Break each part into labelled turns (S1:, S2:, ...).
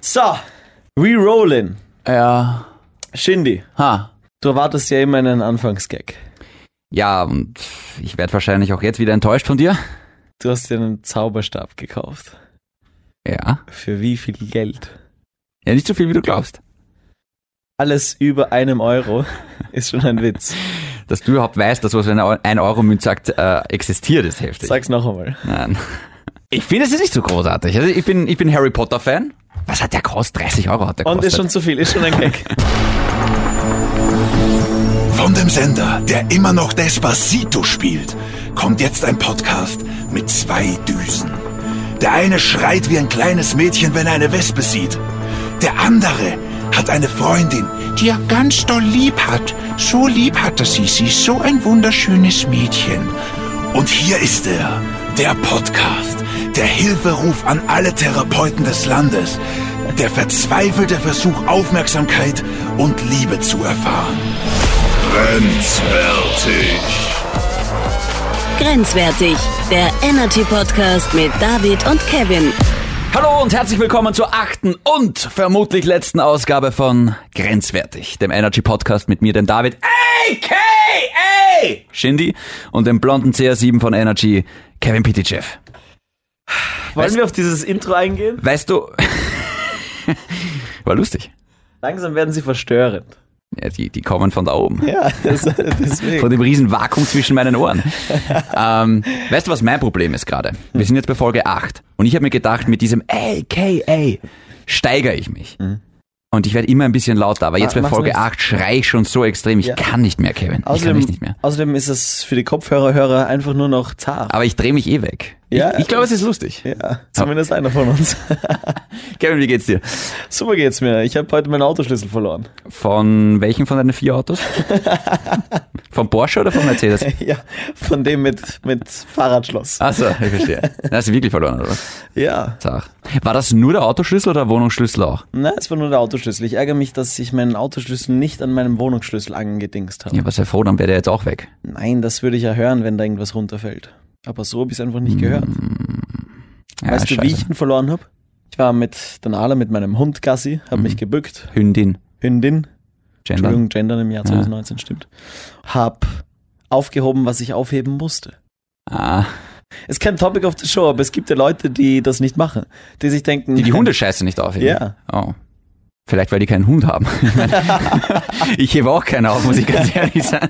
S1: So, rerollen.
S2: Ja.
S1: Shindy,
S2: Ha.
S1: du erwartest ja immer einen Anfangsgag.
S2: Ja, und ich werde wahrscheinlich auch jetzt wieder enttäuscht von dir.
S1: Du hast dir einen Zauberstab gekauft.
S2: Ja.
S1: Für wie viel Geld?
S2: Ja, nicht so viel, wie du glaubst.
S1: Alles über einem Euro ist schon ein Witz.
S2: Dass du überhaupt weißt, dass was wenn eine 1-Euro-Münze sagt, äh, existiert, ist heftig.
S1: Sag's noch einmal.
S2: Nein. Ich finde, es ist nicht so großartig. Also ich bin, ich bin Harry Potter-Fan. Was hat der gekostet? 30 Euro hat der
S1: Und ist
S2: gekostet.
S1: schon zu viel, ist schon ein Gag.
S3: Von dem Sender, der immer noch Despacito spielt, kommt jetzt ein Podcast mit zwei Düsen. Der eine schreit wie ein kleines Mädchen, wenn er eine Wespe sieht. Der andere hat eine Freundin, die er ganz doll lieb hat. So lieb hat er sie, sie ist so ein wunderschönes Mädchen. Und hier ist er, der Podcast, der Hilferuf an alle Therapeuten des Landes, der verzweifelte Versuch, Aufmerksamkeit und Liebe zu erfahren. Grenzwertig.
S4: Grenzwertig, der Energy Podcast mit David und Kevin.
S2: Hallo und herzlich willkommen zur achten und vermutlich letzten Ausgabe von Grenzwertig, dem Energy Podcast mit mir, dem David, a.k.a. Shindy und dem blonden CR7 von Energy, Kevin Pitychev.
S1: Wollen wir auf dieses Intro eingehen?
S2: Weißt du, war lustig.
S1: Langsam werden sie verstörend.
S2: Ja, die, die kommen von da oben.
S1: Ja, das, deswegen.
S2: Von dem riesen Vakuum zwischen meinen Ohren. ähm, weißt du, was mein Problem ist gerade? Wir sind jetzt bei Folge 8 und ich habe mir gedacht, mit diesem LKA steigere ich mich. Und ich werde immer ein bisschen lauter, aber jetzt
S1: Mhm. Ah,
S2: bei
S1: mach's
S2: Folge
S1: nicht.
S2: 8 schrei ich schon so extrem. Ich
S1: Ja.
S2: kann nicht mehr, Kevin. ich kann
S1: Außerdem,
S2: mich nicht mehr.
S1: außerdem ist es für die Kopfhörerhörer einfach nur noch zart.
S2: Aber ich drehe mich eh weg.
S1: Ja.
S2: ich ich glaube, es ist lustig.
S1: Ja, zumindest einer von uns.
S2: Kevin, wie geht's dir?
S1: Super geht's mir. Ich habe heute meinen Autoschlüssel verloren.
S2: Von welchen von deinen vier Autos? von Porsche oder von Mercedes?
S1: Ja, von dem mit, mit Fahrradschloss.
S2: Achso, ich verstehe. Hast du wirklich verloren, oder?
S1: Ja.
S2: Sag. War das nur der Autoschlüssel oder der Wohnungsschlüssel auch?
S1: Na, es war nur der Autoschlüssel. Ich ärgere mich, dass ich meinen Autoschlüssel nicht an meinem Wohnungsschlüssel angedingst habe.
S2: Ja, aber sei froh, dann wäre der jetzt auch weg.
S1: Nein, das würde ich ja hören, wenn da irgendwas runterfällt. Aber so habe ich es einfach nicht gehört.
S2: Mm, Ja,
S1: weißt du, wie
S2: scheiße.
S1: ich ihn verloren habe? Ich war mit der Nala, mit meinem Hund Gassi, habe
S2: Mhm.
S1: mich gebückt.
S2: Hündin.
S1: Hündin.
S2: Gender.
S1: Entschuldigung, Gendern im Jahr 2019, stimmt. Hab aufgehoben, was ich aufheben musste.
S2: Ah,
S1: Ist kein Topic of the Show, aber es gibt ja Leute, die das nicht machen. Die sich denken.
S2: die die Hundescheiße nicht aufheben.
S1: Ja.
S2: Oh. Vielleicht, weil die keinen Hund haben. Ich meine, ich hebe auch keinen auf, muss ich ganz ehrlich sein.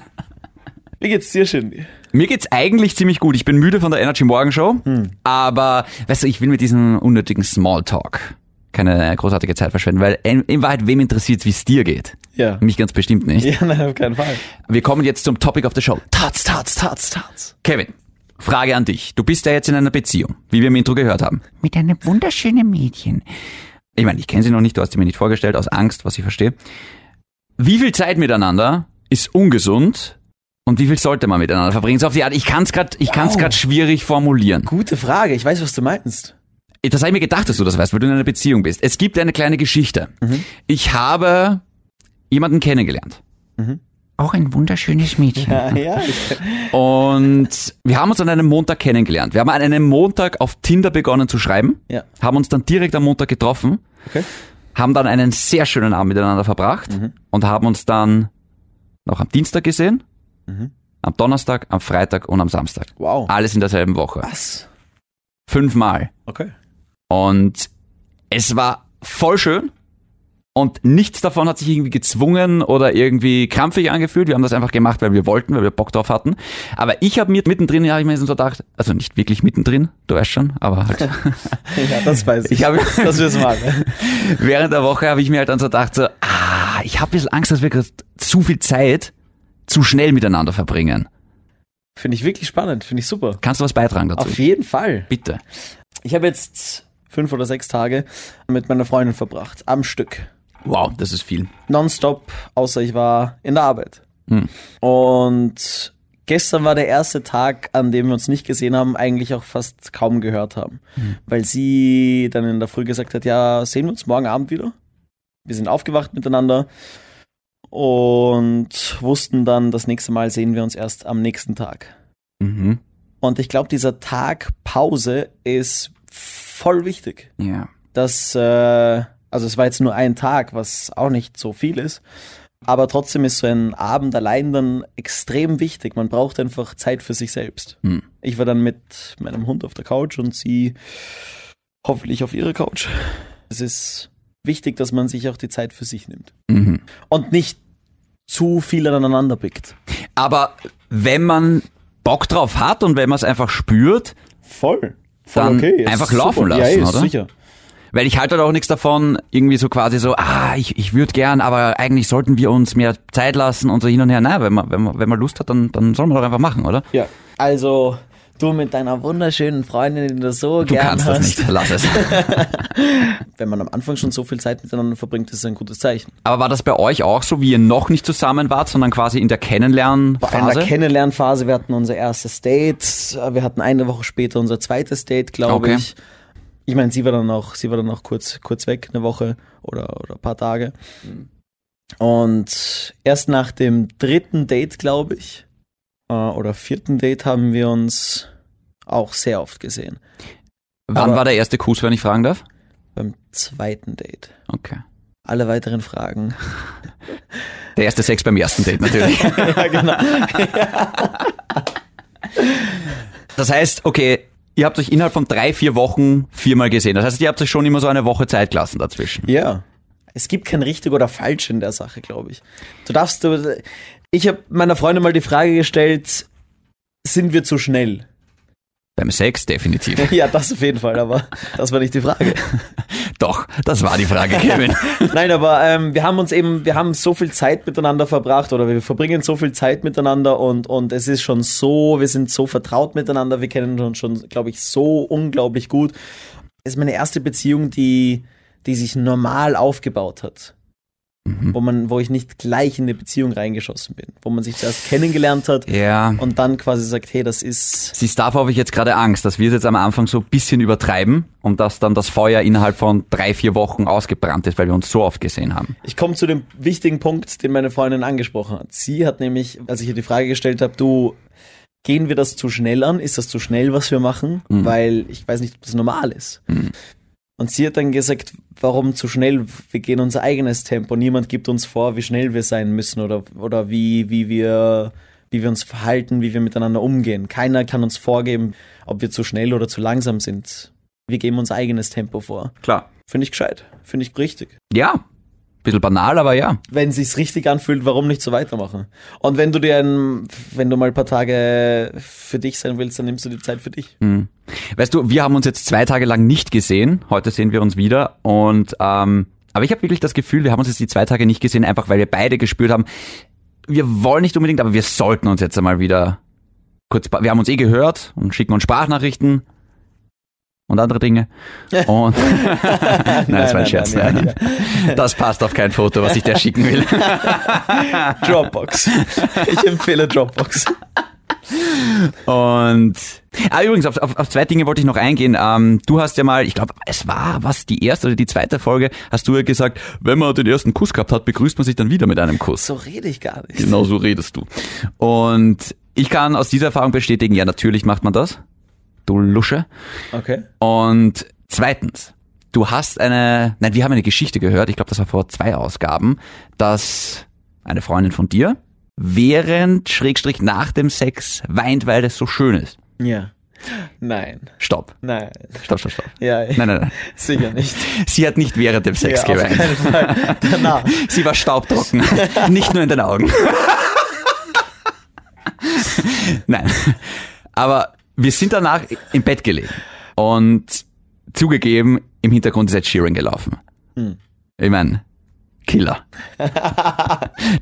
S1: Wie geht's dir, Shindy?
S2: Mir geht's eigentlich ziemlich gut. Ich bin müde von der Energy Morgen Show,
S1: Hm.
S2: aber weißt du, ich will mit diesem unnötigen Smalltalk keine großartige Zeit verschwenden, weil in, in Wahrheit wem interessiert, wie es dir geht?
S1: Ja.
S2: Mich ganz bestimmt nicht.
S1: Ja, nein, auf keinen Fall.
S2: Wir kommen jetzt zum Topic of the Show.
S1: Tats, tats, tats, tats.
S2: Kevin, Frage an dich. Du bist ja jetzt in einer Beziehung, wie wir im Intro gehört haben. Mit einem wunderschönen Mädchen. Ich meine, ich kenne sie noch nicht, du hast sie mir nicht vorgestellt, aus Angst, was ich verstehe. Wie viel Zeit miteinander ist ungesund und wie viel sollte man miteinander verbringen? So auf die Art, ich kann es gerade
S1: Wow.
S2: grad schwierig formulieren.
S1: Gute Frage. Ich weiß, was du meinst.
S2: Das habe ich mir gedacht, dass du das weißt, weil du in einer Beziehung bist. Es gibt eine kleine Geschichte. Ich habe jemanden kennengelernt. Mhm. Auch ein wunderschönes Mädchen.
S1: Ja, ja. Ich,
S2: Und wir haben uns an einem Montag kennengelernt. Wir haben an einem Montag auf Tinder begonnen zu schreiben,
S1: ja.
S2: haben uns dann direkt am Montag getroffen,
S1: Okay.
S2: haben dann einen sehr schönen Abend miteinander verbracht und haben uns dann noch am Dienstag gesehen, am Donnerstag, am Freitag und am Samstag.
S1: Wow.
S2: Alles in derselben Woche.
S1: Was?
S2: Fünfmal.
S1: Okay.
S2: Und es war voll schön. Und nichts davon hat sich irgendwie gezwungen oder irgendwie krampfig angefühlt. Wir haben das einfach gemacht, weil wir wollten, weil wir Bock drauf hatten. Aber ich habe mir mittendrin, ja, ich mir so gedacht, also nicht wirklich mittendrin, du weißt schon, aber halt
S1: Ja, das weiß ich.
S2: Ich hab-
S1: dass wir es machen.
S2: während der Woche habe ich mir halt dann so gedacht, so, ah, ich habe ein bisschen Angst, dass wir gerade zu viel Zeit zu schnell miteinander verbringen.
S1: Finde ich wirklich spannend. Finde ich super.
S2: Kannst du was beitragen dazu?
S1: Auf jeden Fall.
S2: Bitte.
S1: Ich habe jetzt fünf oder sechs Tage mit meiner Freundin verbracht. Am Stück.
S2: Wow, das ist viel.
S1: nonstop, außer ich war in der Arbeit.
S2: Hm.
S1: Und gestern war der erste Tag, an dem wir uns nicht gesehen haben, eigentlich auch fast kaum gehört haben. Weil sie dann in der Früh gesagt hat, ja, sehen wir uns morgen Abend wieder. Wir sind aufgewacht miteinander und wussten dann, das nächste Mal sehen wir uns erst am nächsten Tag.
S2: Mhm.
S1: Und ich glaube, dieser Tag Pause ist voll wichtig
S2: Ja.
S1: dass äh, Also es war jetzt nur ein Tag, was auch nicht so viel ist. Aber trotzdem ist so ein Abend allein dann extrem wichtig. Man braucht einfach Zeit für sich selbst.
S2: Hm.
S1: Ich war dann mit meinem Hund auf der Couch und sie hoffentlich auf ihrer Couch. Es ist wichtig, dass man sich auch die Zeit für sich nimmt.
S2: Mhm.
S1: Und nicht zu viel aneinander pickt.
S2: Aber wenn man Bock drauf hat und wenn man es einfach spürt,
S1: Voll. Voll
S2: Dann
S1: okay. Es
S2: einfach
S1: ist
S2: laufen
S1: super.
S2: lassen,
S1: ja, ist
S2: oder?
S1: sicher.
S2: weil ich halte halt auch nichts davon, irgendwie so quasi so, ah, ich, ich würde gern, aber eigentlich sollten wir uns mehr Zeit lassen und so hin und her. Nein, wenn man, wenn man, wenn man Lust hat, dann, dann soll man doch einfach machen, oder?
S1: Ja. Also, du mit deiner wunderschönen Freundin, die du so
S2: Du
S1: gern
S2: kannst
S1: hast.
S2: das nicht, lass es.
S1: Wenn man am Anfang schon so viel Zeit miteinander verbringt, ist es ein gutes Zeichen.
S2: Aber war das bei euch auch so, wie ihr noch nicht zusammen wart, sondern quasi in der
S1: Bei einer
S2: Kennenlernphase?
S1: Kennenlernphase, wir hatten unser erstes Date, wir hatten eine Woche später unser zweites Date, glaube
S2: Okay.
S1: ich. Ich meine, sie war dann auch, sie war dann auch kurz, kurz weg, eine Woche oder, oder ein paar Tage. Und erst nach dem dritten Date, glaube ich, äh, oder vierten Date haben wir uns auch sehr oft gesehen.
S2: Wann
S1: aber-
S2: war der erste Kuss, wenn ich fragen darf?
S1: Beim zweiten Date.
S2: Okay.
S1: Alle weiteren Fragen.
S2: Der erste Sex beim ersten Date natürlich.
S1: ja, genau.
S2: Das heißt, okay, ihr habt euch innerhalb von drei, vier Wochen viermal gesehen. Das heißt, ihr habt euch schon immer so eine Woche Zeit gelassen dazwischen.
S1: Ja. Es gibt kein richtig oder falsch in der Sache, glaube ich. Du darfst, du, ich habe meiner Freundin mal die Frage gestellt, sind wir zu schnell?
S2: Beim Sex definitiv.
S1: Ja, das auf jeden Fall, aber das war nicht die Frage.
S2: Doch, das war die Frage, Kevin.
S1: Nein, aber ähm, wir haben uns eben, wir haben so viel Zeit miteinander verbracht oder wir verbringen so viel Zeit miteinander und, und es ist schon so, wir sind so vertraut miteinander, wir kennen uns schon, glaube ich, so unglaublich gut. Es ist meine erste Beziehung, die, die sich normal aufgebaut hat. Wo, man, wo ich nicht gleich in eine Beziehung reingeschossen bin, wo man sich zuerst kennengelernt hat
S2: ja.
S1: und dann quasi sagt, hey, das ist
S2: Siehst du, davor habe ich jetzt gerade Angst, dass wir es jetzt am Anfang so ein bisschen übertreiben und dass dann das Feuer innerhalb von drei, vier Wochen ausgebrannt ist, weil wir uns so oft gesehen haben.
S1: Ich komme zu dem wichtigen Punkt, den meine Freundin angesprochen hat. Sie hat nämlich, als ich ihr die Frage gestellt habe, du, gehen wir das zu schnell an? Ist das zu schnell, was wir machen? Weil ich weiß nicht, ob das normal ist. Und sie hat dann gesagt, warum zu schnell? Wir gehen unser eigenes Tempo. Niemand gibt uns vor, wie schnell wir sein müssen oder, oder wie, wie, wir, wie wir uns verhalten, wie wir miteinander umgehen. Keiner kann uns vorgeben, ob wir zu schnell oder zu langsam sind. Wir geben unser eigenes Tempo vor.
S2: Klar.
S1: Finde ich gescheit. Finde ich richtig
S2: Ja. Bisschen banal, aber ja.
S1: wenn sich's richtig anfühlt, warum nicht so weitermachen? Und wenn du dir ein, wenn du mal ein paar Tage für dich sein willst, dann nimmst du die Zeit für dich.
S2: Hm, Weißt du, wir haben uns jetzt zwei Tage lang nicht gesehen. Heute sehen wir uns wieder. Und ähm, aber ich habe wirklich das Gefühl, wir haben uns jetzt die zwei Tage nicht gesehen, einfach weil wir beide gespürt haben, wir wollen nicht unbedingt, aber wir sollten uns jetzt einmal wieder kurz. ba- Wir haben uns eh gehört und schicken uns Sprachnachrichten und andere Dinge. Und nein, das war ein
S1: nein,
S2: Scherz.
S1: nein,
S2: Nein, Das passt auf kein Foto, was ich dir schicken will.
S1: Dropbox. Ich empfehle Dropbox.
S2: Und ah, übrigens, auf, auf, auf zwei Dinge wollte ich noch eingehen. Ähm, du hast ja mal, ich glaube, es war was, die erste oder die zweite Folge, hast du ja gesagt, wenn man den ersten Kuss gehabt hat, begrüßt man sich dann wieder mit einem Kuss.
S1: So rede ich gar nicht.
S2: Genau so redest du. Und ich kann aus dieser Erfahrung bestätigen, ja, natürlich macht man das. Du Lusche.
S1: Okay.
S2: Und zweitens, du hast eine, nein, wir haben eine Geschichte gehört, ich glaube, das war vor zwei Ausgaben, dass eine Freundin von dir während, Schrägstrich, nach dem Sex weint, weil das so schön ist.
S1: Ja. Nein.
S2: Stopp.
S1: Nein.
S2: Stopp, stopp, stopp.
S1: Ja.
S2: Nein, nein, nein.
S1: Sicher nicht.
S2: Sie hat nicht während dem Sex
S1: ja, Auf
S2: geweint.
S1: keinen Fall. Danach.
S2: Sie war staubtrocken. nicht nur in den Augen. nein. Aber wir sind danach im Bett gelegen. Und zugegeben, im Hintergrund ist Ed Sheeran gelaufen.
S1: Hm.
S2: Ich meine, Killer.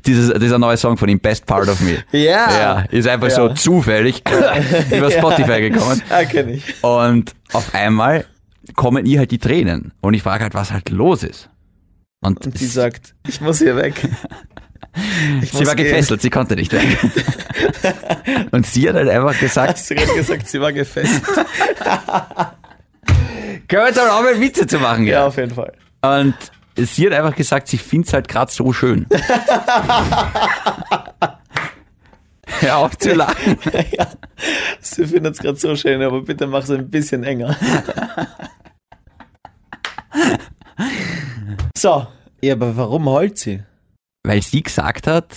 S2: Dieses, dieser neue Song von ihm, Best Part of Me. Ja,
S1: Ja.
S2: ist einfach so zufällig über Spotify gekommen.
S1: Ah, kenn ich.
S2: Und auf einmal kommen ihr halt die Tränen. Und ich frage halt, was halt los ist. Und,
S1: Und die sagt, ich muss hier weg. Ich
S2: sie war
S1: gehen.
S2: gefesselt, sie konnte nicht weg. und sie hat halt einfach gesagt,
S1: Hast du gerade gesagt, sie war gefesselt?
S2: können wir jetzt aber auch mal Witze zu machen,
S1: Ja,
S2: gell?
S1: auf jeden Fall.
S2: Und sie hat einfach gesagt, sie find's halt gerade so schön. Hör auf zu lachen.
S1: Sie findet es gerade so schön, aber bitte mach es ein bisschen enger. So. Ja, aber warum heult sie?
S2: weil sie gesagt hat,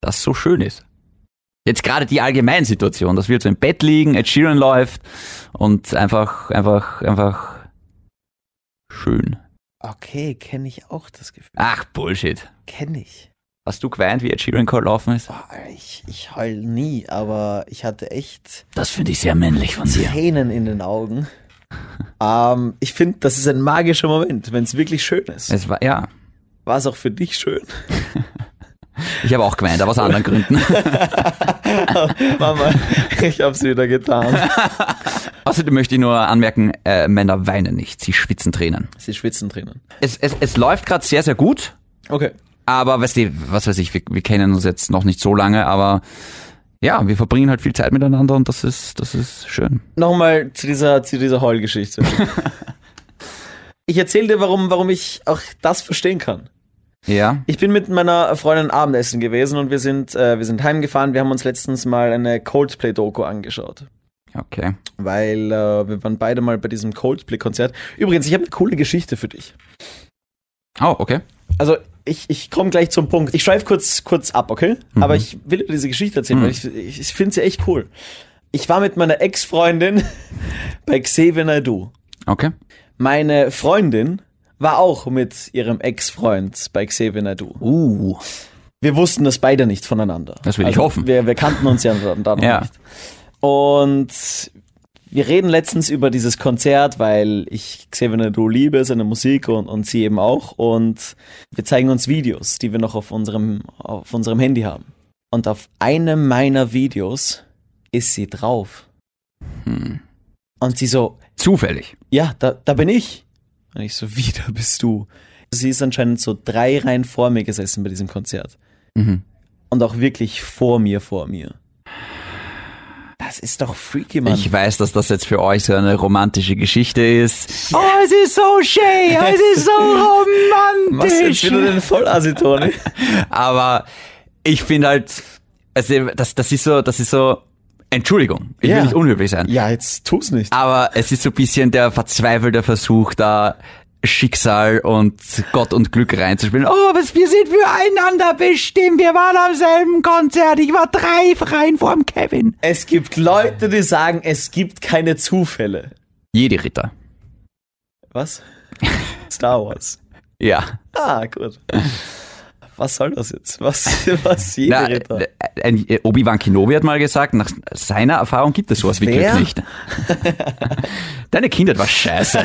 S2: dass so schön ist. Jetzt gerade die Allgemeinsituation, dass wir jetzt im Bett liegen, Ed Sheeran läuft und einfach, einfach, einfach schön.
S1: Okay, kenne ich auch das Gefühl.
S2: Ach, Bullshit.
S1: Kenne ich.
S2: Hast du geweint, wie Ed Sheeran gelaufen ist?
S1: Boah, ich. Ich heul nie, aber ich hatte echt
S2: Das finde ich sehr männlich von dir.
S1: Tränen in den Augen. ähm, ich finde, das ist ein magischer Moment, wenn es wirklich schön ist.
S2: Es war, ja.
S1: War es auch für dich schön?
S2: Ich habe auch geweint, aber aus anderen Gründen.
S1: Mama, ich hab's wieder getan.
S2: Außerdem möchte ich nur anmerken, äh, Männer weinen nicht, sie schwitzen Tränen.
S1: Sie schwitzen Tränen.
S2: Es, es, es läuft gerade sehr, sehr gut.
S1: Okay.
S2: Aber weißt du, was weiß ich, wir, wir kennen uns jetzt noch nicht so lange, aber ja, wir verbringen halt viel Zeit miteinander und das ist, das ist schön.
S1: Nochmal zu dieser, zu dieser Heulgeschichte. ich erzähle dir, warum, warum ich auch das verstehen kann.
S2: Ja.
S1: Ich bin mit meiner Freundin Abendessen gewesen und wir sind, äh, wir sind heimgefahren. Wir haben uns letztens mal eine Coldplay-Doku angeschaut.
S2: Okay.
S1: weil äh, wir waren beide mal bei diesem Coldplay-Konzert. Übrigens, ich habe eine coole Geschichte für dich.
S2: Oh, okay.
S1: Also, ich, ich komme gleich zum Punkt. Ich schreibe kurz, kurz ab, okay? Aber ich will dir diese Geschichte erzählen, weil ich, ich, ich finde sie echt cool. Ich war mit meiner Ex-Freundin bei Xavier Naidoo.
S2: Okay.
S1: Meine Freundin war auch mit ihrem Ex-Freund bei Xavier Naidoo.
S2: Uh.
S1: Wir wussten das beide nicht voneinander. Also,
S2: Das will ich hoffen.
S1: Wir, wir kannten uns ja dann dann noch
S2: Ja.
S1: nicht. Und wir reden letztens über dieses Konzert, weil ich Xavier Naidoo liebe, seine Musik und, und sie eben auch. Und wir zeigen uns Videos, die wir noch auf unserem, auf unserem Handy haben. Und auf einem meiner Videos ist sie drauf. Und sie so,
S2: Hm. Zufällig.
S1: ja, da, da bin ich. Und ich so, wie, da bist du. Sie ist anscheinend so drei Reihen vor mir gesessen bei diesem Konzert.
S2: Mhm.
S1: Und auch wirklich vor mir, vor mir. Das ist doch freaky, Mann.
S2: Ich weiß, dass das jetzt für euch so eine romantische Geschichte ist. Oh, es ist so schön, es ist so
S1: Was jetzt wieder den Vollasi, Toni?
S2: Aber ich finde halt, also das, das ist so, das ist so, Entschuldigung, ich
S1: Ja.
S2: will nicht unhöflich sein.
S1: ja, jetzt tu's nicht.
S2: Aber es ist so ein bisschen der verzweifelte Versuch, da Schicksal und Gott und Glück reinzuspielen. Oh, was wir sind füreinander bestimmt. Wir waren am selben Konzert. Ich war drei rein vorm Kevin.
S1: Es gibt Leute, die sagen, es gibt keine Zufälle.
S2: Jede Ritter.
S1: Was? Star Wars.
S2: Ja.
S1: Ah, gut. Was soll das jetzt? Was, was jede
S2: Na,
S1: Ritter?
S2: äh, ein- äh, Obi-Wan Kenobi hat mal gesagt, nach seiner Erfahrung gibt es sowas wie
S1: Wer?
S2: Glück nicht. Deine Kindheit war scheiße.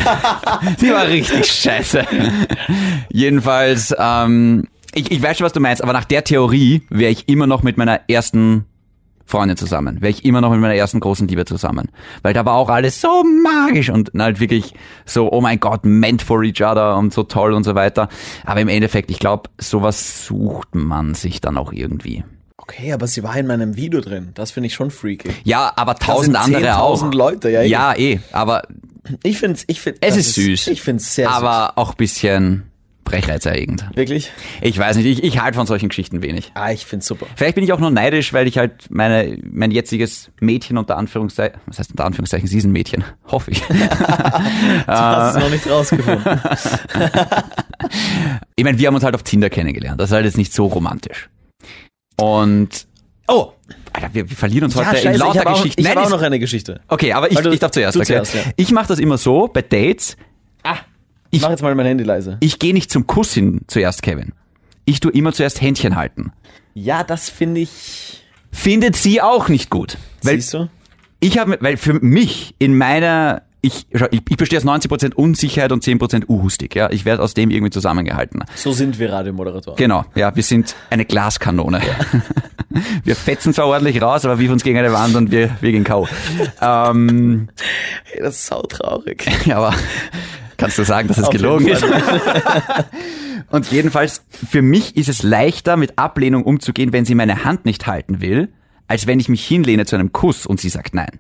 S2: Sie war richtig scheiße. Jedenfalls, ähm, ich, ich weiß schon, was du meinst, aber nach der Theorie wäre ich immer noch mit meiner ersten Freundin zusammen. Wäre ich immer noch mit meiner ersten großen Liebe zusammen. Weil da war auch alles so magisch und halt wirklich so, oh mein Gott, meant for each other und so toll und so weiter. Aber im Endeffekt, ich glaube, sowas sucht man sich dann auch irgendwie.
S1: Okay, aber sie war in meinem Video drin. Das finde ich schon freaky.
S2: Ja, aber tausend
S1: sind
S2: andere auch.
S1: 10.000 Leute, ja, eh.
S2: Ja, eh. Aber
S1: Ich finde ich find,
S2: es
S1: das
S2: ist süß.
S1: Ich finde es sehr
S2: Aber auch ein bisschen brechreizerregend.
S1: süß. Wirklich?
S2: Ich weiß nicht, ich, ich halte von solchen Geschichten wenig.
S1: Ah, ich finde super.
S2: Vielleicht bin ich auch nur neidisch, weil ich halt meine, mein jetziges Mädchen unter Anführungszeichen, was heißt unter Anführungszeichen, sie ist ein Mädchen, hoffe ich.
S1: Du
S2: Ah.
S1: hast es noch nicht rausgefunden.
S2: Ich meine, wir haben uns halt auf Tinder kennengelernt. Das ist halt jetzt nicht so romantisch. Und, oh, Alter, wir, wir verlieren uns heute in
S1: ich
S2: lauter
S1: habe auch,
S2: Geschichten.
S1: ich hab auch
S2: ist-
S1: noch eine Geschichte.
S2: okay, aber ich,
S1: Also,
S2: ich darf zuerst,
S1: du
S2: okay?
S1: zuerst, ja.
S2: Ich mache das immer so bei Dates,
S1: Ich mach jetzt mal mein Handy leise.
S2: ich gehe nicht zum Kuss hin zuerst, Kevin. Ich tu immer zuerst Händchen halten.
S1: Ja, das finde ich.
S2: Findet sie auch nicht gut. Weil
S1: Siehst du?
S2: ich habe, weil für mich in meiner ich, schau, ich, ich bestehe aus 90% Unsicherheit und 10% Uhustig. Ja, ich werde aus dem irgendwie zusammengehalten.
S1: So sind wir Radiomoderatoren.
S2: Genau, ja, wir sind eine Glaskanone. Wir fetzen zwar ordentlich raus, aber wir uns gegen eine Wand und wir, wir gehen K.O. Ähm,
S1: Hey, das ist sautraurig.
S2: Ja, aber kannst du sagen, dass es
S1: Auf
S2: gelogen
S1: jeden
S2: ist? Und jedenfalls, für mich ist es leichter, mit Ablehnung umzugehen, wenn sie meine Hand nicht halten will, als wenn ich mich hinlehne zu einem Kuss und sie sagt nein.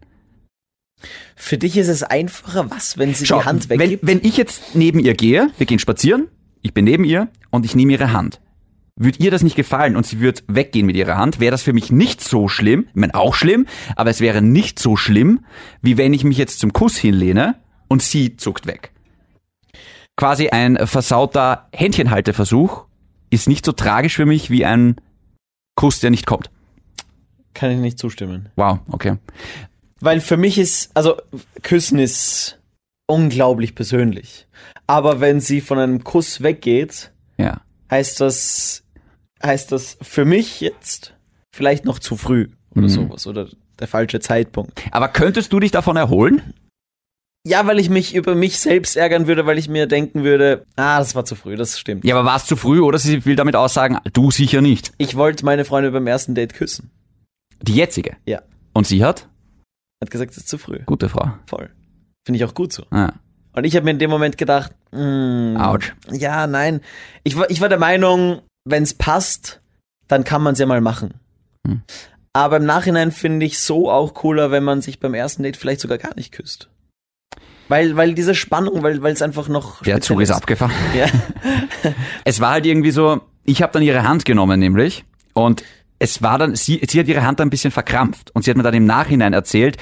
S1: Für dich ist es einfacher, was, wenn sie die Hand
S2: wenn,
S1: weggibt?
S2: wenn ich jetzt neben ihr gehe, wir gehen spazieren, ich bin neben ihr und ich nehme ihre Hand. Würde ihr das nicht gefallen und sie würde weggehen mit ihrer Hand, wäre das für mich nicht so schlimm, ich meine auch schlimm, aber es wäre nicht so schlimm, wie wenn ich mich jetzt zum Kuss hinlehne und sie zuckt weg. quasi ein versauter Händchenhalteversuch ist nicht so tragisch für mich wie ein Kuss, der nicht kommt.
S1: Kann ich nicht zustimmen.
S2: Wow, okay.
S1: Weil für mich ist, also Küssen ist unglaublich persönlich. Aber wenn sie von einem Kuss weggeht,
S2: Ja.
S1: heißt das, heißt das für mich jetzt vielleicht noch zu früh oder sowas oder der falsche Zeitpunkt.
S2: Aber könntest du dich davon erholen?
S1: Ja, weil ich mich über mich selbst ärgern würde, weil ich mir denken würde, ah, das war zu früh, das stimmt.
S2: Ja, aber war es zu früh oder sie will damit aussagen, du sicher nicht.
S1: Ich wollte meine Freundin beim ersten Date küssen.
S2: Die jetzige.
S1: Ja.
S2: Und sie hat?
S1: Hat gesagt, es ist zu früh.
S2: Gute Frau.
S1: Voll. Finde ich auch gut so.
S2: Ah,
S1: Und ich habe mir in dem Moment gedacht, mm,
S2: ouch.
S1: ja, nein. Ich war, ich war der Meinung, wenn es passt, dann kann man es ja mal machen.
S2: Hm.
S1: Aber im Nachhinein finde ich so auch cooler, wenn man sich beim ersten Date vielleicht sogar gar nicht küsst. Weil, weil diese Spannung, weil weil es einfach noch.
S2: Der Zug
S1: speziell
S2: ist abgefahren.
S1: Ja.
S2: Es war halt irgendwie so, ich habe dann ihre Hand genommen nämlich und es war dann, sie, sie hat ihre Hand dann ein bisschen verkrampft und sie hat mir dann im Nachhinein erzählt,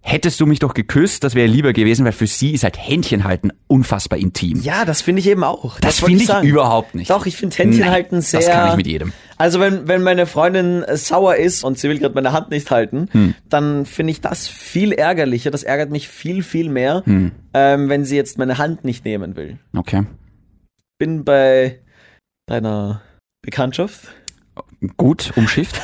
S2: hättest du mich doch geküsst, das wäre lieber gewesen, weil für sie ist halt Händchen halten unfassbar intim.
S1: ja, das finde ich eben auch.
S2: das
S1: wollte
S2: finde ich
S1: sagen.
S2: überhaupt nicht.
S1: Doch, ich finde Händchen
S2: Nein,
S1: halten sehr.
S2: Das kann ich mit jedem.
S1: Also wenn, wenn meine Freundin äh, sauer ist und sie will gerade meine Hand nicht halten,
S2: Hm.
S1: dann finde ich das viel ärgerlicher. Das ärgert mich viel, viel mehr,
S2: Hm.
S1: ähm, wenn sie jetzt meine Hand nicht nehmen will.
S2: Okay.
S1: Bin bei deiner Bekanntschaft.
S2: Gut, umschifft.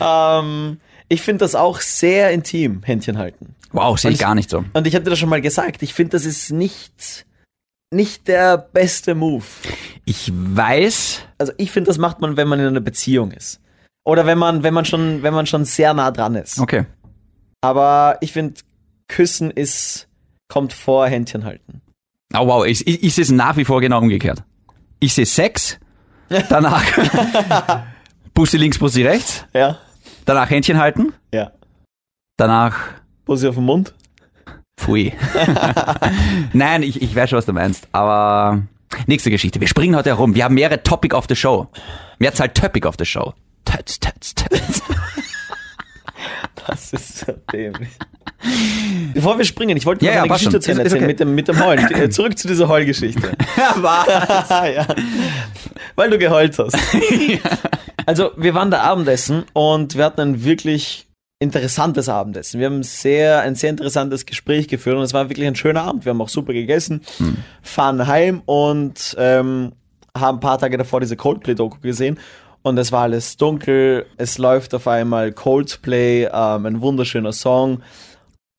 S1: Ähm, ich finde das auch sehr intim, Händchen halten.
S2: Wow, sehe
S1: Und
S2: ich
S1: ich-
S2: gar nicht so.
S1: Und ich habe dir das schon mal gesagt, ich finde, das ist nicht, nicht der beste Move.
S2: Ich weiß,
S1: Also ich finde, das macht man, wenn man in einer Beziehung ist. Oder wenn man, wenn man schon, wenn man schon sehr nah dran ist.
S2: okay.
S1: Aber ich finde, Küssen ist, kommt vor Händchen halten.
S2: Oh wow, ich, ich, ich sehe es nach wie vor genau umgekehrt. Ich sehe Sex, danach Pussy links, Pussy rechts,
S1: Ja.
S2: danach Händchen halten,
S1: Ja.
S2: danach
S1: Pussy auf den Mund.
S2: Pfui. Nein, ich, ich weiß schon, was du meinst. Aber nächste Geschichte. Wir springen heute herum. Wir haben mehrere Topic of the Show. Mehrzahl Topic of the Show. Tötz, tötz, tötz.
S1: Das ist so dämlich. Bevor wir springen, ich wollte
S2: Ja,
S1: noch
S2: ja,
S1: eine
S2: passt
S1: Geschichte
S2: schon.
S1: zu Ende
S2: Ist- ist
S1: erzählen
S2: okay.
S1: mit, dem, mit dem Heulen. Äh, Zurück zu dieser Heulgeschichte. ja. Weil du geheult hast. Also, wir waren da Abendessen und wir hatten ein wirklich interessantes Abendessen. Wir haben sehr, ein sehr interessantes Gespräch geführt und es war wirklich ein schöner Abend. Wir haben auch super gegessen, fahren heim und ähm, haben ein paar Tage davor diese Coldplay-Doku gesehen. Und es war alles dunkel, es läuft auf einmal Coldplay, ähm, ein wunderschöner Song.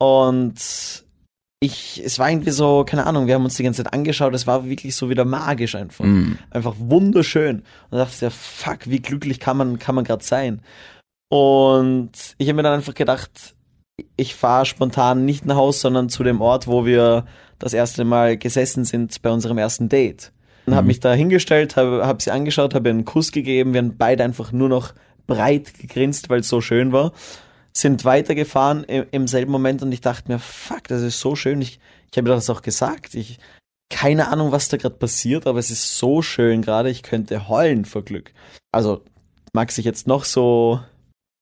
S1: Und ich, es war irgendwie so, keine Ahnung, wir haben uns die ganze Zeit angeschaut, es war wirklich so wieder magisch einfach.
S2: Mm.
S1: Einfach wunderschön. Und da dachte ich, ja, fuck, wie glücklich kann man, kann man gerade sein? Und ich habe mir dann einfach gedacht, ich fahre spontan nicht nach Haus, sondern zu dem Ort, wo wir das erste Mal gesessen sind bei unserem ersten Date. Und habe mich da hingestellt, habe hab sie angeschaut, habe ihr einen Kuss gegeben, wir haben beide einfach nur noch breit gegrinst, weil es so schön war sind weitergefahren im, im selben Moment und ich dachte mir, fuck, das ist so schön. Ich, ich habe mir das auch gesagt. Ich keine Ahnung, was da gerade passiert, aber es ist so schön gerade, ich könnte heulen vor Glück. Also mag sich jetzt noch so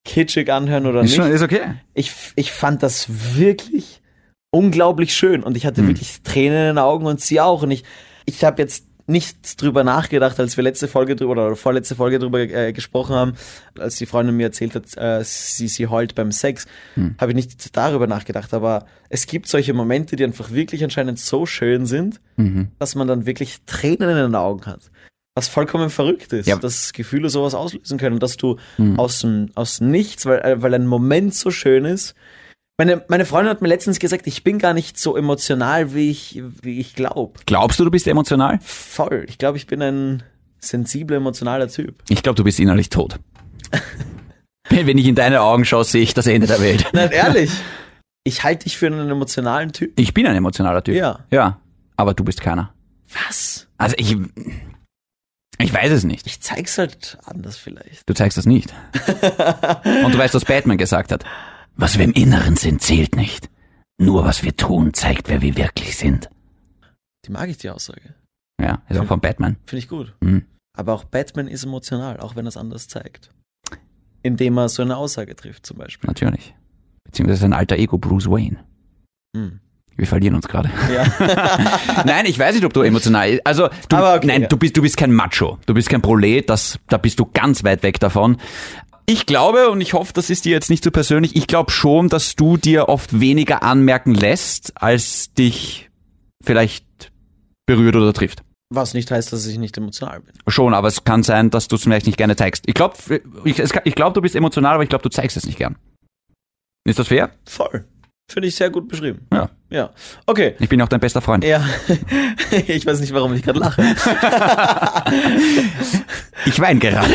S1: kitschig anhören oder
S2: Ist,
S1: nicht.
S2: schon, ist okay.
S1: Ich, ich fand das wirklich unglaublich schön und ich hatte
S2: Hm.
S1: wirklich Tränen in den Augen und sie auch und ich ich habe jetzt nicht drüber nachgedacht, als wir letzte Folge drüber oder vorletzte Folge drüber äh, gesprochen haben, als die Freundin mir erzählt hat, äh, sie, sie heult beim Sex,
S2: Hm.
S1: habe ich nicht darüber nachgedacht. Aber es gibt solche Momente, die einfach wirklich anscheinend so schön sind,
S2: Mhm.
S1: dass man dann wirklich Tränen in den Augen hat. Was vollkommen verrückt ist,
S2: Ja.
S1: dass Gefühle sowas auslösen können, dass du aus, dem- aus nichts, weil, äh, weil ein Moment so schön ist. Meine, meine Freundin hat mir letztens gesagt, ich bin gar nicht so emotional, wie ich, wie ich glaube.
S2: Glaubst du, du bist emotional?
S1: Voll. Ich glaube, ich bin ein sensibler, emotionaler Typ.
S2: Ich glaube, du bist innerlich tot. Wenn ich in deine Augen schaue, sehe ich das Ende der Welt.
S1: Nein, ehrlich. Ich halte dich für einen emotionalen Typ.
S2: Ich bin ein emotionaler Typ.
S1: Ja.
S2: Ja. Aber du bist keiner.
S1: Was?
S2: Also ich. Ich weiß es nicht.
S1: Ich zeig's halt anders vielleicht.
S2: Du zeigst das nicht. Und du weißt, was Batman gesagt hat. Was wir im Inneren sind, zählt nicht. Nur was wir tun, zeigt, wer wir wirklich sind.
S1: Die mag ich, die Aussage.
S2: Ja, ist auch von Batman.
S1: Finde ich gut.
S2: Mhm.
S1: Aber auch Batman ist emotional, auch wenn er es anders zeigt. Indem er so eine Aussage trifft, zum Beispiel.
S2: Natürlich. Beziehungsweise sein alter Ego Bruce Wayne.
S1: Hm.
S2: Wir verlieren uns gerade.
S1: Ja.
S2: Nein, ich weiß nicht, ob du emotional. Also du,
S1: Aber okay,
S2: nein,
S1: ja.
S2: du bist du bist kein Macho, du bist kein Prolet, das da bist du ganz weit weg davon. Ich glaube und ich hoffe, das ist dir jetzt nicht zu persönlich. Ich glaube schon, dass du dir oft weniger anmerken lässt, als dich vielleicht berührt oder trifft.
S1: Was nicht heißt, dass ich nicht emotional bin.
S2: Schon, aber es kann sein, dass du es vielleicht nicht gerne zeigst. Ich glaube, ich, es kann- ich glaub, du bist emotional, aber ich glaube, du zeigst es nicht gern. Ist das fair?
S1: Voll. Finde ich sehr gut beschrieben.
S2: Ja.
S1: Ja. Okay.
S2: Ich bin auch dein bester Freund.
S1: Ja. ich weiß nicht, warum ich gerade lache.
S2: Ich weine gerade.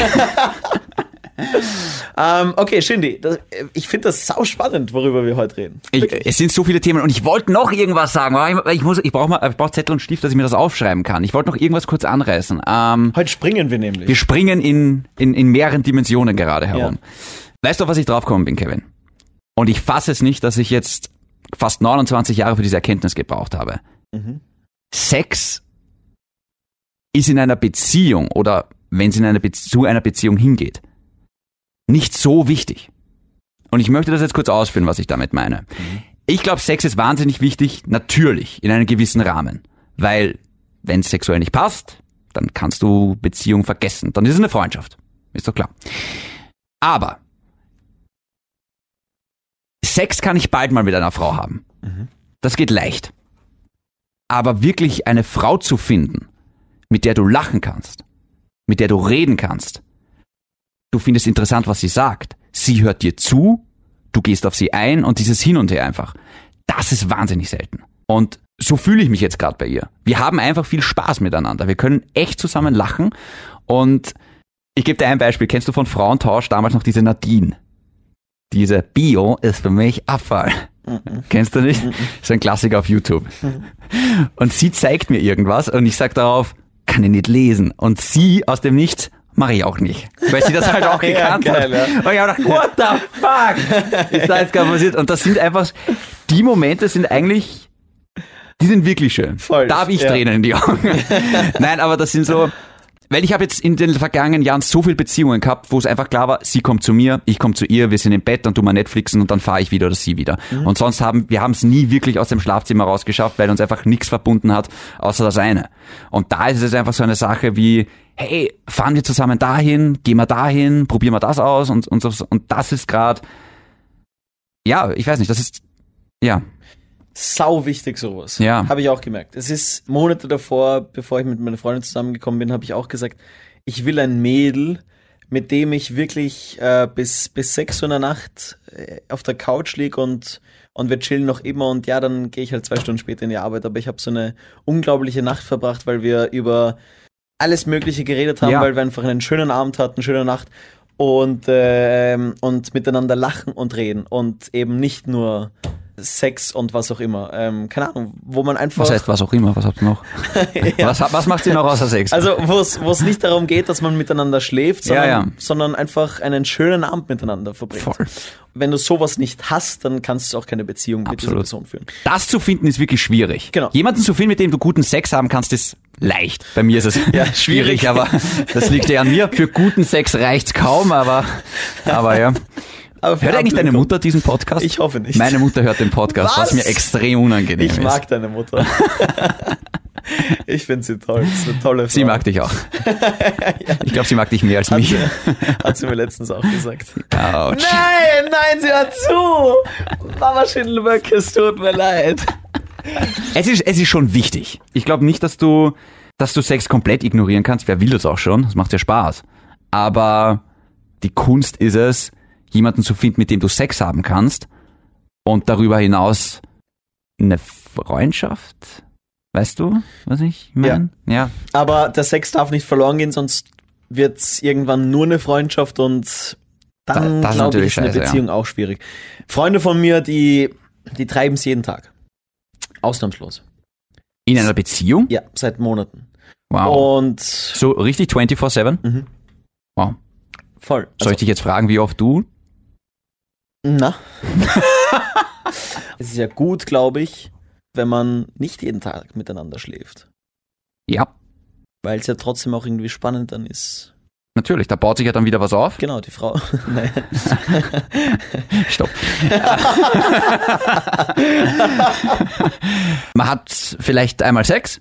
S1: Ähm, okay, Shindy, das, äh, ich finde das sau spannend, worüber wir heute reden.
S2: Ich, es sind so viele Themen und ich wollte noch irgendwas sagen, aber ich, ich, muss- ich brauche mal- ich brauch Zettel und Stift, dass ich mir das aufschreiben kann. Ich wollte noch irgendwas kurz anreißen. Ähm,
S1: Heute springen wir nämlich.
S2: wir springen in, in, in mehreren Dimensionen gerade herum. Weißt du, auf was ich draufgekommen bin, Kevin? Und ich fasse es nicht, dass ich jetzt fast 29 Jahre für diese Erkenntnis gebraucht habe.
S1: Mhm.
S2: Sex ist in einer Beziehung oder wenn es in einer Be zu einer Beziehung hingeht, nicht so wichtig. Und ich möchte das jetzt kurz ausführen, was ich damit meine. Ich glaube, Sex ist wahnsinnig wichtig, natürlich, in einem gewissen Rahmen. Weil, wenn es sexuell nicht passt, dann kannst du Beziehung vergessen. Dann ist es eine Freundschaft. Ist doch klar. Aber Sex kann ich bald mal mit einer Frau haben. Das geht leicht. Aber wirklich eine Frau zu finden, mit der du lachen kannst, mit der du reden kannst, du findest interessant, was sie sagt, sie hört dir zu, du gehst auf sie ein und dieses Hin und Her einfach, das ist wahnsinnig selten. Und so fühle ich mich jetzt gerade bei ihr. Wir haben einfach viel Spaß miteinander. Wir können echt zusammen lachen. Und ich gebe dir ein Beispiel. Kennst du von Frauentausch damals noch diese Nadine? Diese Bio ist für mich Abfall.
S1: Mhm.
S2: Kennst du nicht? Ist ein Klassiker auf YouTube.
S1: Mhm.
S2: Und sie zeigt mir irgendwas und ich sag darauf, kann ich nicht lesen. Und sie aus dem Nichts, mache ich auch nicht. Weil sie das halt auch
S1: Ja,
S2: gekannt
S1: geil,
S2: hat.
S1: ja.
S2: Und ich habe gedacht, what the fuck? Ist da jetzt gerade passiert? Und das sind einfach, die Momente sind eigentlich, die sind wirklich schön.
S1: Voll,
S2: Da habe ich
S1: ja.
S2: Tränen in die Augen. Nein, aber das sind so, weil ich habe jetzt in den vergangenen Jahren so viele Beziehungen gehabt, wo es einfach klar war, sie kommt zu mir, ich komme zu ihr, wir sind im Bett, dann tun wir Netflixen und dann fahre ich wieder oder sie wieder.
S1: Mhm.
S2: Und sonst haben wir haben es nie wirklich aus dem Schlafzimmer rausgeschafft, weil uns einfach nichts verbunden hat, außer das eine. Und da ist es einfach so eine Sache wie, hey, fahren wir zusammen dahin, gehen wir dahin, probieren wir das aus und und, so, und das ist gerade, ja, ich weiß nicht, das ist ja,
S1: sau wichtig sowas.
S2: Ja.
S1: Habe ich auch gemerkt. Es ist Monate davor, bevor ich mit meiner Freundin zusammengekommen bin, habe ich auch gesagt, ich will ein Mädel, mit dem ich wirklich äh, bis bis 6 Uhr in der Nacht äh, auf der Couch lieg und und wir chillen noch immer und ja, dann gehe ich halt zwei Stunden später in die Arbeit, aber ich habe so eine unglaubliche Nacht verbracht, weil wir über alles Mögliche geredet haben,
S2: Ja.
S1: weil wir einfach einen schönen Abend hatten, schöne Nacht und ähm, und miteinander lachen und reden und eben nicht nur Sex und was auch immer. Ähm, keine Ahnung, wo man einfach.
S2: was heißt was auch immer, was habt ihr noch? was, hab- was macht ihr noch außer Sex?
S1: also, wo es wo es nicht darum geht, dass man miteinander schläft,
S2: Ja,
S1: sondern,
S2: ja.
S1: sondern einfach einen schönen Abend miteinander verbringt.
S2: Voll.
S1: Wenn du sowas nicht hast, dann kannst du auch keine Beziehung mit dieser
S2: Absolut.
S1: Person führen.
S2: Das zu finden ist wirklich schwierig.
S1: Genau.
S2: Jemanden zu finden, mit dem du guten Sex haben kannst, ist leicht. Bei mir ist es
S1: Ja,
S2: schwierig,
S1: schwierig.
S2: aber das liegt ja an mir. Für guten Sex reicht's kaum, aber, aber ja.
S1: Aber für
S2: Hört eigentlich deine
S1: Ablenkung-
S2: Mutter diesen Podcast?
S1: Ich hoffe nicht.
S2: Meine Mutter hört den Podcast, was,
S1: Was?
S2: mir extrem unangenehm
S1: Ich
S2: ist.
S1: mag deine Mutter. ich finde sie toll. Ist eine tolle Frau.
S2: sie mag dich auch. Ich glaube, sie mag dich mehr als
S1: Hat
S2: mich.
S1: sie, hat sie mir letztens auch gesagt.
S2: Autsch.
S1: Nein, nein, sie hört zu. Mama Schindelberg, es tut mir leid.
S2: Es ist, es ist schon wichtig. Ich glaube nicht, dass du, dass du Sex komplett ignorieren kannst. Wer will das auch schon? Das macht ja Spaß. Aber die Kunst ist es, jemanden zu finden, mit dem du Sex haben kannst und darüber hinaus eine Freundschaft. Weißt du, was ich meine? Ja.
S1: Aber der Sex darf nicht verloren gehen, sonst wird es irgendwann nur eine Freundschaft und dann,
S2: Da- das ist
S1: glaube ich,
S2: natürlich
S1: ist eine
S2: scheiße, ja.
S1: Beziehung auch schwierig. Freunde von mir, die, die treiben es jeden Tag. Ausnahmslos.
S2: In einer Beziehung?
S1: Ja, seit Monaten. Oh.
S2: Wow.
S1: Und
S2: So richtig 24-7?
S1: Mhm.
S2: Wow.
S1: voll.
S2: Soll ich dich jetzt fragen, wie oft du?
S1: Na? es ist ja gut, glaube ich, wenn man nicht jeden Tag miteinander schläft.
S2: Ja.
S1: Weil es ja trotzdem auch irgendwie spannend dann ist.
S2: Natürlich, da baut sich ja dann wieder was auf.
S1: Genau, die Frau. Nein.
S2: Stopp. Man hat vielleicht einmal Sex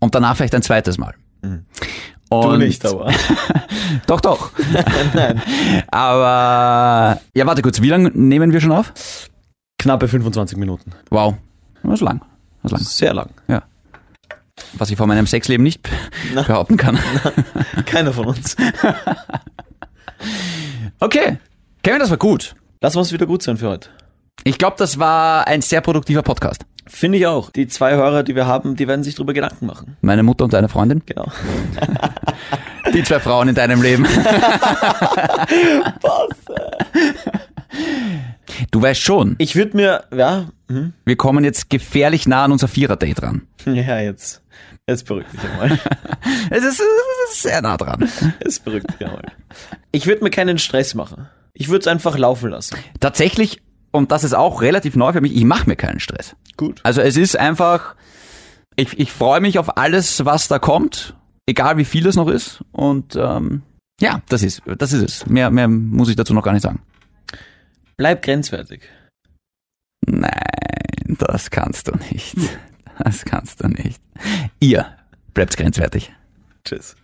S2: und danach vielleicht ein zweites Mal.
S1: Mhm. Du
S2: Und-
S1: nicht, aber.
S2: Doch, doch. Aber ja, warte kurz, wie lange nehmen wir schon auf?
S1: Knappe 25 Minuten.
S2: Wow. Das ist lang. Das ist lang.
S1: Sehr lang.
S2: Was ich von meinem Sexleben nicht
S1: Na.
S2: behaupten kann.
S1: Keiner von uns.
S2: Okay. Kevin, das war gut.
S1: Lass uns wieder gut sein für heute.
S2: Ich glaube, das war ein sehr produktiver Podcast.
S1: Finde ich auch. Die zwei Hörer, die wir haben, die werden sich darüber Gedanken machen.
S2: Meine Mutter und deine Freundin.
S1: Genau.
S2: Die zwei Frauen in deinem Leben. du weißt schon,
S1: Ich würde mir, ja, hm,
S2: wir kommen jetzt gefährlich nah an unser Vierer-Date ran.
S1: ja, jetzt, jetzt beruhigt dich einmal.
S2: Es ist, es ist sehr nah dran.
S1: Jetzt beruhigt dich einmal. Ich würde mir keinen Stress machen. Ich würde es einfach laufen lassen.
S2: Tatsächlich, und das ist auch relativ neu für mich, ich mache mir keinen Stress.
S1: Gut.
S2: Also es ist einfach, ich, ich freue mich auf alles, was da kommt, egal wie viel es noch ist. Und ähm, ja, das ist, das ist es. Mehr, mehr muss ich dazu noch gar nicht sagen.
S1: Bleib grenzwertig.
S2: Nein, das kannst du nicht. Das kannst du nicht. Ihr bleibt grenzwertig.
S1: Tschüss.